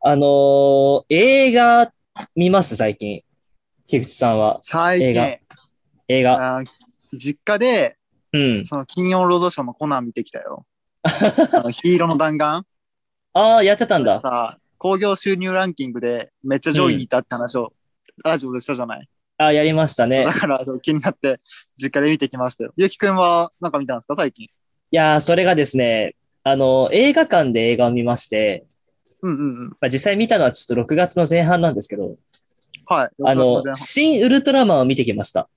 あのー映画見ます最近。菊池さんは。最近映、映画。あー実家で、うん。その金曜ロードショーのコナン見てきたよ。あのヒーローの弾丸ああ、やってたんだ。さ、興行収入ランキングでめっちゃ上位にいたって話を、ラジオでしたじゃない。ああ、やりましたねだ。からそう気になって実家で見てきましたよ。ゆきくんはなんか見たんですか最近。いやー、それがですね、あのー映画館で映画を見まして、うんうんうん。まあ、実際見たのはちょっと6月の前半なんですけど、はい。あの六月前半、新ウルトラマンを見てきました。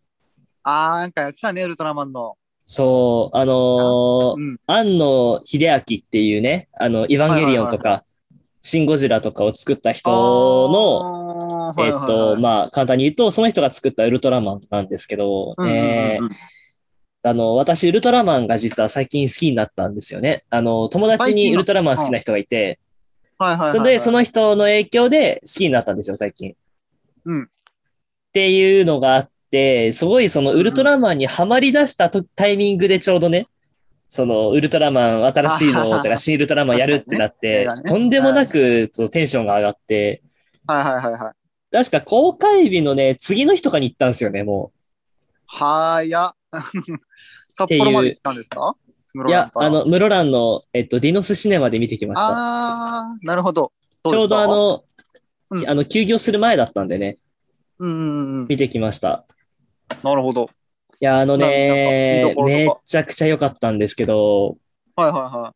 あー、なんかやってたね、ウルトラマンの。そう、あのーうん。庵野秀明っていうね、あの、イヴァンゲリオンとか、シン・ゴジラとかを作った人の、のえっと、まあ、簡単に言うと、その人が作ったウルトラマンなんですけど、えーあの、私、ウルトラマンが実は最近好きになったんですよね。あの、友達にウルトラマン好きな人がいて、はいはいはいはい。それで、その、の人の影響で好きになったんですよ、最近。うんっていうのがあって、すごいそのウルトラマンにはまり出したとタイミングでちょうどね、そのウルトラマン新しいのあははとか新ウルトラマンやるってなって確、かにねとんでもなくそうテンションが上がって、はいはいはいはい。確か公開日のね、次の日とかに行ったんですよね、もはーや。 札幌まで行ったんですかう。いや、あ、室蘭からの、室蘭の、えっと、ディノスシネマで見てきました。あー、なるほど。ちょうどあどの、うんきあの、休業する前だったんでね、うですか、うんうんうん、見てきました。なるほど。いや、あのねち、なみになんか見どころめとかちゃくちゃ良かったんですけど、はいはいはい。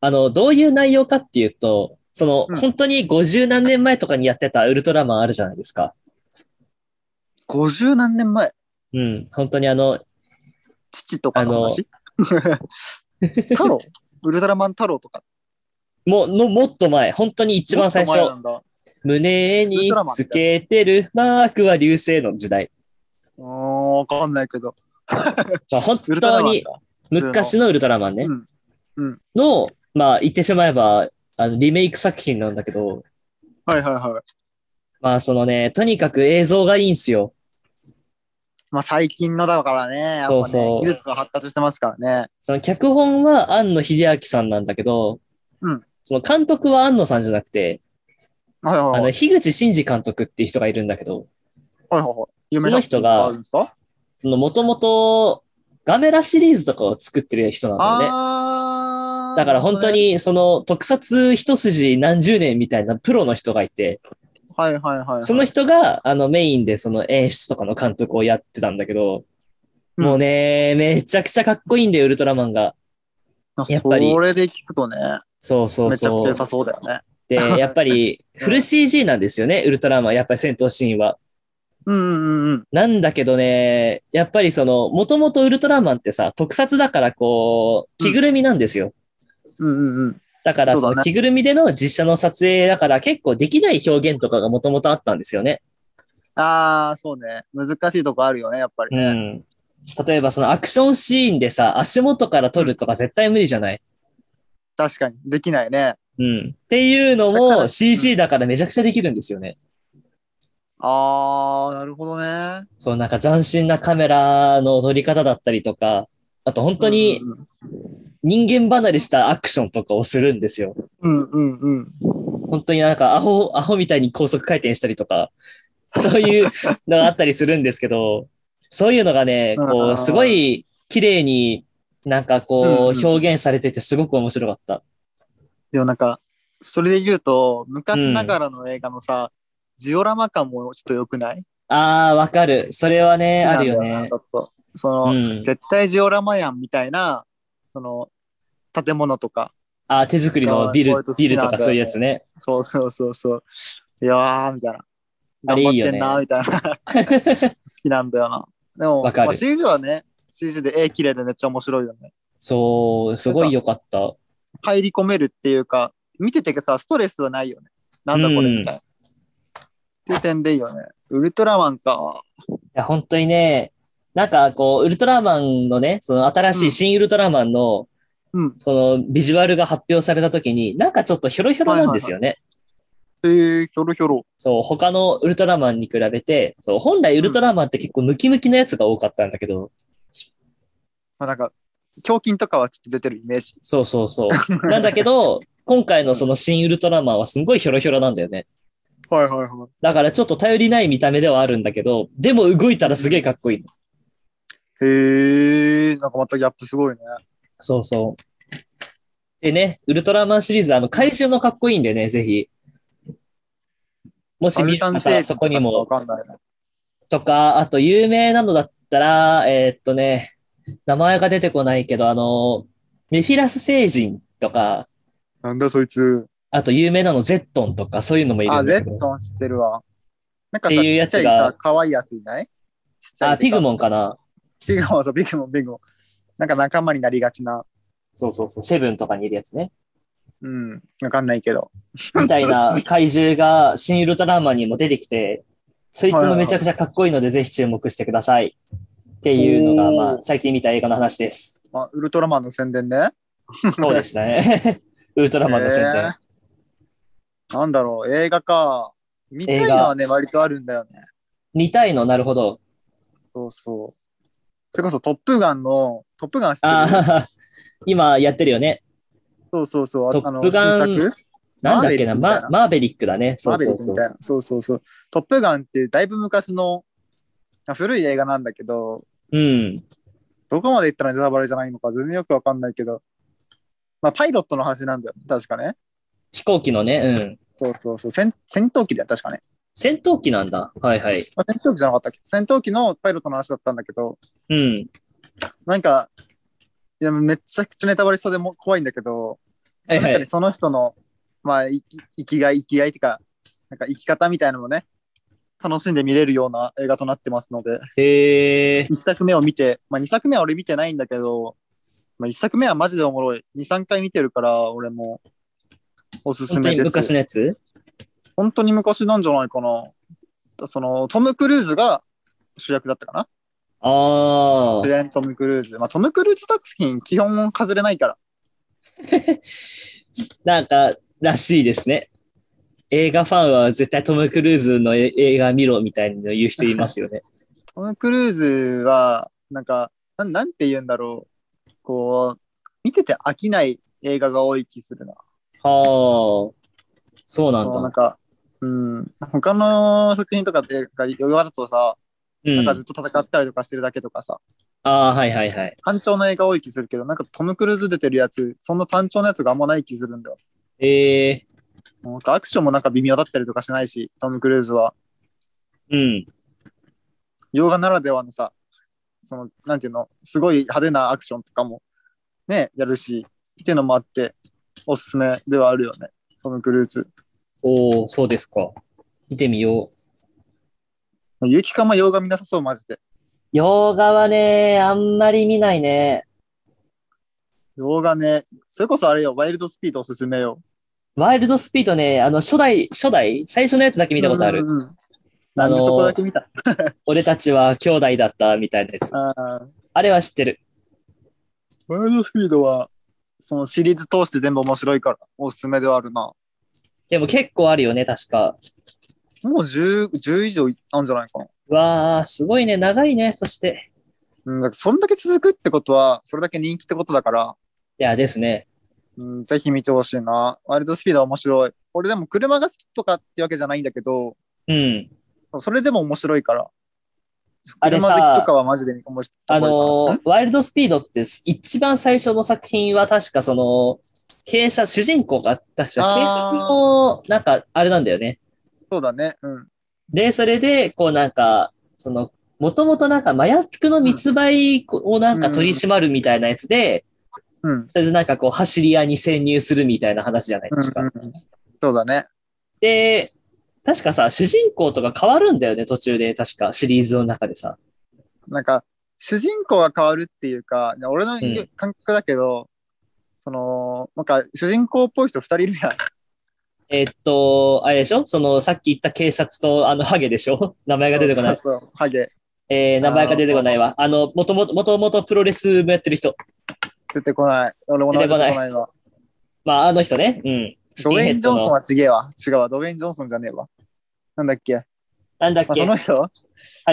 あの、どういう内容かっていうと、その、うん本当に50何年前とかにやってたウルトラマンあるじゃないですか。 50何年前、うん、本当にあの、父とかの話 太郎ウルトラマン太郎とか。もう、の、もっと前、本当に一番最もっと前な初、んだ胸ウルにトラマンみたいつけてるマークは流星の時代。うーんわかんないけど。まあ、本ウルトラ当マンにだ。昔のウルトラマンねう。ん。の、まあ、言ってしまえば、あの、リメイク作品なんだけど、はいはいはい。まあ、そのね、とにかく映像がいいんすよ。まあ最近のだからね、やっぱそね、うそう技術は発達してますからね。その脚本は庵野秀明さんなんだけど、うんその監督は庵野さんじゃなくて、はいはいはあい。の、樋口真嗣監督っていう人がいるんだけど、はいはいはい。有そ名の人があるんですかそのもともとガメラシリーズとかを作ってる人なんだよね。あーだから本当。にその特撮一筋何十年みたいなプロの人がいて、はいはいはい。その人があのメインでその演出とかの監督をやってたんだけど、うんもうね、めちゃくちゃかっこいいんだよ、ウルトラマンが。やっぱりそれで聞くとね、そうそうめちゃくちそゃう良。さそうだよね。で、やっぱり うんフル CG なんですよね、ウルトラマン。やっぱり戦闘シーンは。うんうんうん。なんだけどね、やっぱりその、もともとウルトラマンってさ、特撮だからこう、着ぐるみなんですよ。うんうんうん。だからそうだそねの着ぐるみでの実写の撮影だから結構できない表現とかがもともとあったんですよね。ああ、そうね。難しいとこあるよね、やっぱりうね。ん。例えばそのアクションシーンでさ、足元から撮るとか絶対無理じゃない。確かに。できないね。うん。っていうのだからも CG だからめちゃくちゃできるんですよね。ああ、なるほどね。そうなんか斬新なカメラの撮り方だったりとか、あと本当にうんうん人間離れしたアクションとかをするんですよ。うんうんうん。本当になんかアホ、アホみたいに高速回転したりとか、そういうのがあったりするんですけど、そういうのがね、うんうんこうんう、すごい綺麗になんかこうんうう、ん表現されててすごく面白かった。でもなんか、それで言うと、昔ながらの映画のさ、ジオラマ感もちょっと良くないあー、わかる。それはね、あるよ好きなんだなねち。ょっと。その、うん。絶対ジオラマやんみたいな、その、建物とか、あー手作りのビル俺と好、ビきルなんとだよねかそういうやつね。そうそうそうそう。いやー、みたいな。あ頑れいい張っよてんねな、みたいな。好きなんだよな。でも、わかるまあ、CG はね、CG で絵綺麗でめっちゃ面白いよね。そう、すごい良かった。入り込めるっていうか、見ててさ、ストレスはないよね。なんだこれうんみたいな。っていう点でいいよね。ウルトラマンか。いや、本当にね、なんかこう、ウルトラマンのね、その新しういん新ウルトラマンの、うん。そのビジュアルが発表された時に、なんかちょっとヒョロヒョロなんですよね。えー、ひょろひょろ。そう、他のウルトラマンに比べて、そう、本来ウルトラマンって結構ムキムキなやつが多かったんだけど、まあ、なんか、胸筋とかはちょっと出てるイメージ。 そうそうそう。なんだけど、今回のその新ウルトラマンはすんごいヒョロヒョロなんだよね。はいはいはい。だからちょっと頼りない見た目ではあるんだけど、でも動いたらすげえかっこいいの。へえ、なんかまたギャップすごいね。そうそう。でね、ウルトラマンシリーズ、あの、怪獣もかっこいいんでね、ぜひ。もし見る方はそこにもわ、かんないね。とか、あと有名なのだったら、えーっとね、名前が出てこないけど、あの、ネフィラス星人とか、なんだそいつ。あと有名なのゼットンとか、そういうのもいるあ、んゼだけどッ。トン知ってるわ。なんかってさ、いうちやっつちゃいがさ、可愛いやついないちっちゃいあ、ピグモン。ンかな。ピグモン、そう、ピグモン、ピグモン。なんか仲間になりがちな。そうそうそう、セブンとかにいるやつね。うん、わかんないけど。みたいな怪獣が新ウルトラマンにも出てきて、そいつもめちゃくちゃかっこいいので、ぜひ注目してください。っていうのが、おーまあ、最近見た映画の話 です。あ、ウルトラマンの宣伝ね。そうでしたね。 ウルトラマンの宣伝。へえなんだろう、映画か。見たいのはね、割とあるんだよね。見たいの、なるほど。そうそう。それこそトップガンの、トップガン知あってるー 今やってるよね。そうそうそう。あトあのップガン新作なんだっけな、ママーベリックみたいなマーベリックだね。そマーうベリそうそックみう。たいな。そうそうそう。トップガンっていうだいぶ昔のあ古い映画なんだけど、うん。どこまで行ったらネタバレじゃないのか全然よくわかんないけど、まあパイロットの話なんだよ。確かね。飛行機のね、うん。そうそうそう。戦戦闘機だよ、確かね。戦闘機なんだ。はいはい。まあ、戦闘機じゃなかったっけ戦闘機のパイロットの話だったんだけど、うん。なんか、いやめちゃくちゃネタバレしそうでも怖いんだけど、はいはなんかね、い。その人の、まあ、い生きがい、生きがいっていうか、なんか生き方みたいなのもね、楽しんで見れるような映画となってますので、へえ。 1作目を見て、まあ、2作目は俺見てないんだけど、まあ、1作目はマジでおもろい。2、3回見てるから、俺も、おすす本当めにです。昔のやつ本当に昔なんじゃないかな。その、トム・クルーズが主役だったかな。あ主あ。演トム・クルーズ。まあ、トム・クルーズ作品、基本外れないから。なんか、らしいですね。映画ファンは絶対トム・クルーズのえ映画見ろみたいなの言う人います よね。トム・クルーズは、なんか、なんなんて言うんだろう。こう、見てて飽きない映画が多い気するな。はあ。そうなんこうなだ。んか、うん、他の作品とかって、なんか余裕だとさ、うなんんかずっ。と戦ったりとかしてるだけとかさ、ああー、はいはいはい。単調な映画多い気するけど、なんかトム・クルーズ出てるやつ、そんな単調なやつがあんまない気するんだよ。ええ。なんかアクションもなんか微妙だったりとかしないし、トム・クルーズは。うん。洋画ならではのさ、その、なんていうの、すごい派手なアクションとかもね、やるし、っていうのもあって、おすすめではあるよね。トム・クルーズ。おおそうですか。見てみよう。雪かま洋画見なさそう、マジで。洋画はね、あんまり見ないね。洋画ね、それこそあれよ、ワイルドスピードおすすめよ。ワイルドスピードね、あの、初代、初代、最初のやつだけ見たことあるう。んうんうんなんでそこだけ見た、俺たちは兄弟だったみたいなやつ。あーあれは知ってる。ワイルドスピードは、そのシリーズ通して全部面白いから、おすすめではあるな。でも結構あるよね、確か。もう 10, 10以上あるんじゃないかな。うわあ、すごいね、長いね、そして。うん、だからそんだけ続くってことは、それだけ人気ってことだから、いや、ですね。うん、ぜひ見てほしいな。ワイルドスピードは面白い。俺でも車が好きとかってわけじゃないんだけど、うん。それでも面白いから。あれさ車好きとかはマジで面白い。あのうーワイルドスピードって、一番最初の作品は確かその、警察、主人公が、確か警あー察の、なんか、あれなんだよね。そうだね。うん。で、それで、こうなんか、その、もともとなんか麻薬の密売をなんか取り締まるみたいなやつで、うん。それでなんかこう走り屋に潜入するみたいな話じゃないですか。うんそうだね。で、確かさ、主人公とか変わるんだよね、途中で、確かシリーズの中でさ。なんか、主人公が変わるっていうか、俺のん感覚だけど、その、なんか、主人公っぽい人二人いるやん。えっと、あれでしょその、さっき言った警察と、あの、ハゲでしょ 名前が出てこない。そうそう、ハゲ。えー、名前が出てこないわ。あの、もともと、もともとプロレスもやってる人。出てこない。俺も名前出てこないわ。まあ、あの人ね。うん。スドウキンェヘイン・ッジョドンソンの。は違えわ。違うわ。ドウェイン・ジョンソンじゃねえわ。なんだっけ。なんだっまあ、けその人は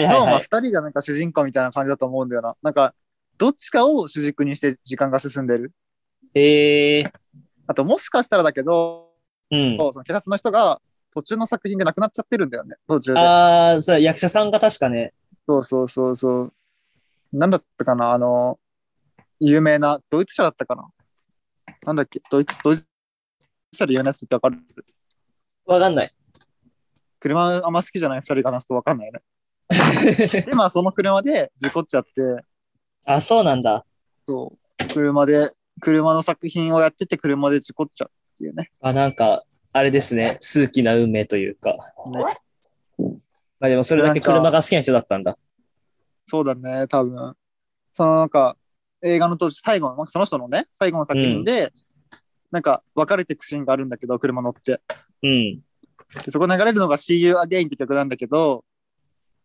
いはいまあまはあい。 2人がなんか主人公みたいな感じだと思うんだよな。なんか、どっちかを主軸にして時間が進んでる。えー、あと、もしかしたらだけど、うん。その警察の人が途中の作品で亡くなっちゃってるんだよね。途中で。ああ、そう役者さんが確かね、そうそうそうそう。なんだったかなあの、有名なドイツ社だったかななんだっけドイツ、ドイツ社で有名なやつってわかるわかんない。 車あんま好きじゃない二人が話すとわかんないよね。で、まあその車で事故っちゃって、あ、そうなんだ。そう、車で、車の作品をやってて車で事故っちゃうっていうね。あ、なんか、あれですね。数奇な運命というか。ねまあでもそれだけ車が好きな人だったんだ。そうだね、多分。そのなんか、映画の途中、最後の、その人のね、最後の作品で、なんか、別れてくシーンがあるんだけど、車乗って。うん。でそこ流れるのが See You Again って曲なんだけど、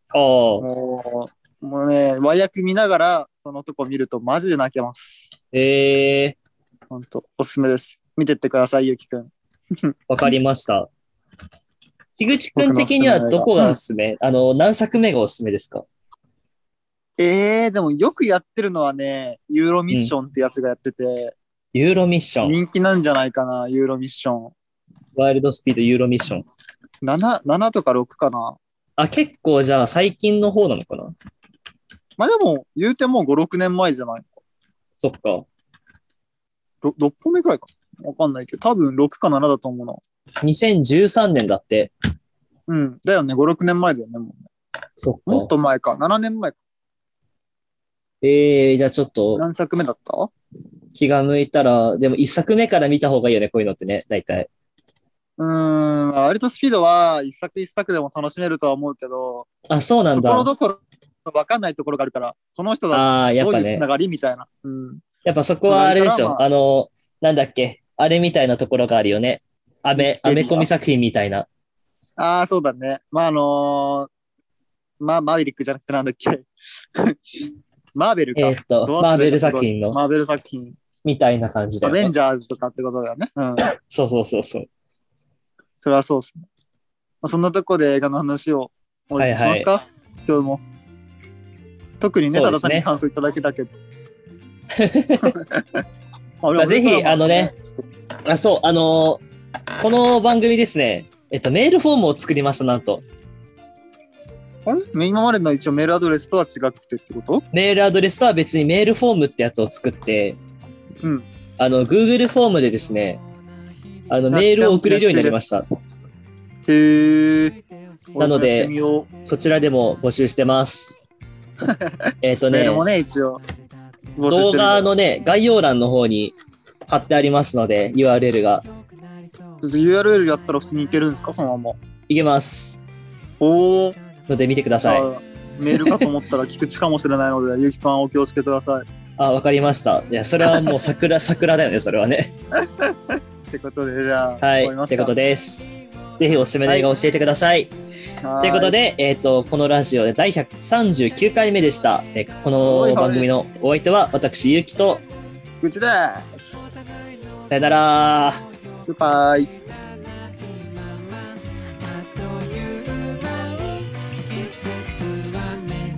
ああ、もう、もうね、和訳見ながら、そのとこ見ると、マジで泣けます。ええほんと、おすすめです。見てってください、ゆきくん。わかりました。樋口くん的にはどこがおすすめ、あの、何作目がおすすめですかえー、でもよくやってるのはね、ユーロミッションってやつがやってて、ユーロミッション。人気なんじゃないかな、ユーロミッション。ワイルドスピードユーロミッション。 7、7とか6かな。あ、結構じゃあ最近の方なのかなまあでも、言うてもう5、6年前じゃないそっか。ろ6本目くらいかわかんないけど、多分6か7だと思うな。 2013年だって。うん。だよね、5、6年前だよね、もそっか。う。もっと前か、7年前か。ええじゃあちょっと何作目だった気が向いたら、でも一作目から見た方がいいよね、こういうのってね、大体。うーん、割とスピードは一作一作でも楽しめるとは思うけど、あ、そうなんところだ。どころわかんないところがあるから、この人だああ、やっどうぱいうねつな。がりみたいな。うん。やっぱそこはあれでしょ。まああの、なんだっけ。あれみたいなところがあるよね。アメ、ウィキペディアアメコミ作品みたいな。ああ、そうだね。まあ、あのーまあ、マーヴェリックじゃなくてなんだっけ。 マーベルか。えーっと、どうマーベル作品のマーベル作品。みたいな感じだアよベンね。ジャーズとかってことだよね。うん。そうそうそうそう。それはそうですね。まあ、そんなとこで映画の話をお願いしますか、今日も。特にね、そたうでだすね単に感想いただけたけ ど。あまあぜひちょっあ、そう、あのーこの番組ですね、えっと、メールフォームを作りました、なんと。とあれ今までの一応メールアドレスとは違くてってことメールアドレスとは別にメールフォームってやつを作って、うん。あの、Google フォームでですね、あの、メールを送れるようになりました。へー。なのでこれもやってみよそちらでも募集して ます。えっとうメーねル、もね、一応動募集してるんで画のね、概要欄の方に貼ってありますので、URL がちょっと URL やったら普通にいけるんですかそのまま。いけます。おー。ので見てください。あメールかと思ったら菊池かもしれないので、ゆきぱんお気をつけください。あ、わかりました。いや、それはもう桜、桜だよね、それはね。ってことで、じゃあ、は終わりい。まっすてかことです。ぜひおすすめの映画を教えてください。はとーいうことで、えっ、と、このラジオで第139回目でした。えーこの番組のお相手は、私、ゆうきと、うちです。さよならグッバイ。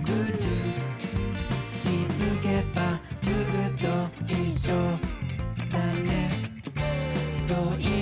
「気づけばずっと一緒だね」「そう言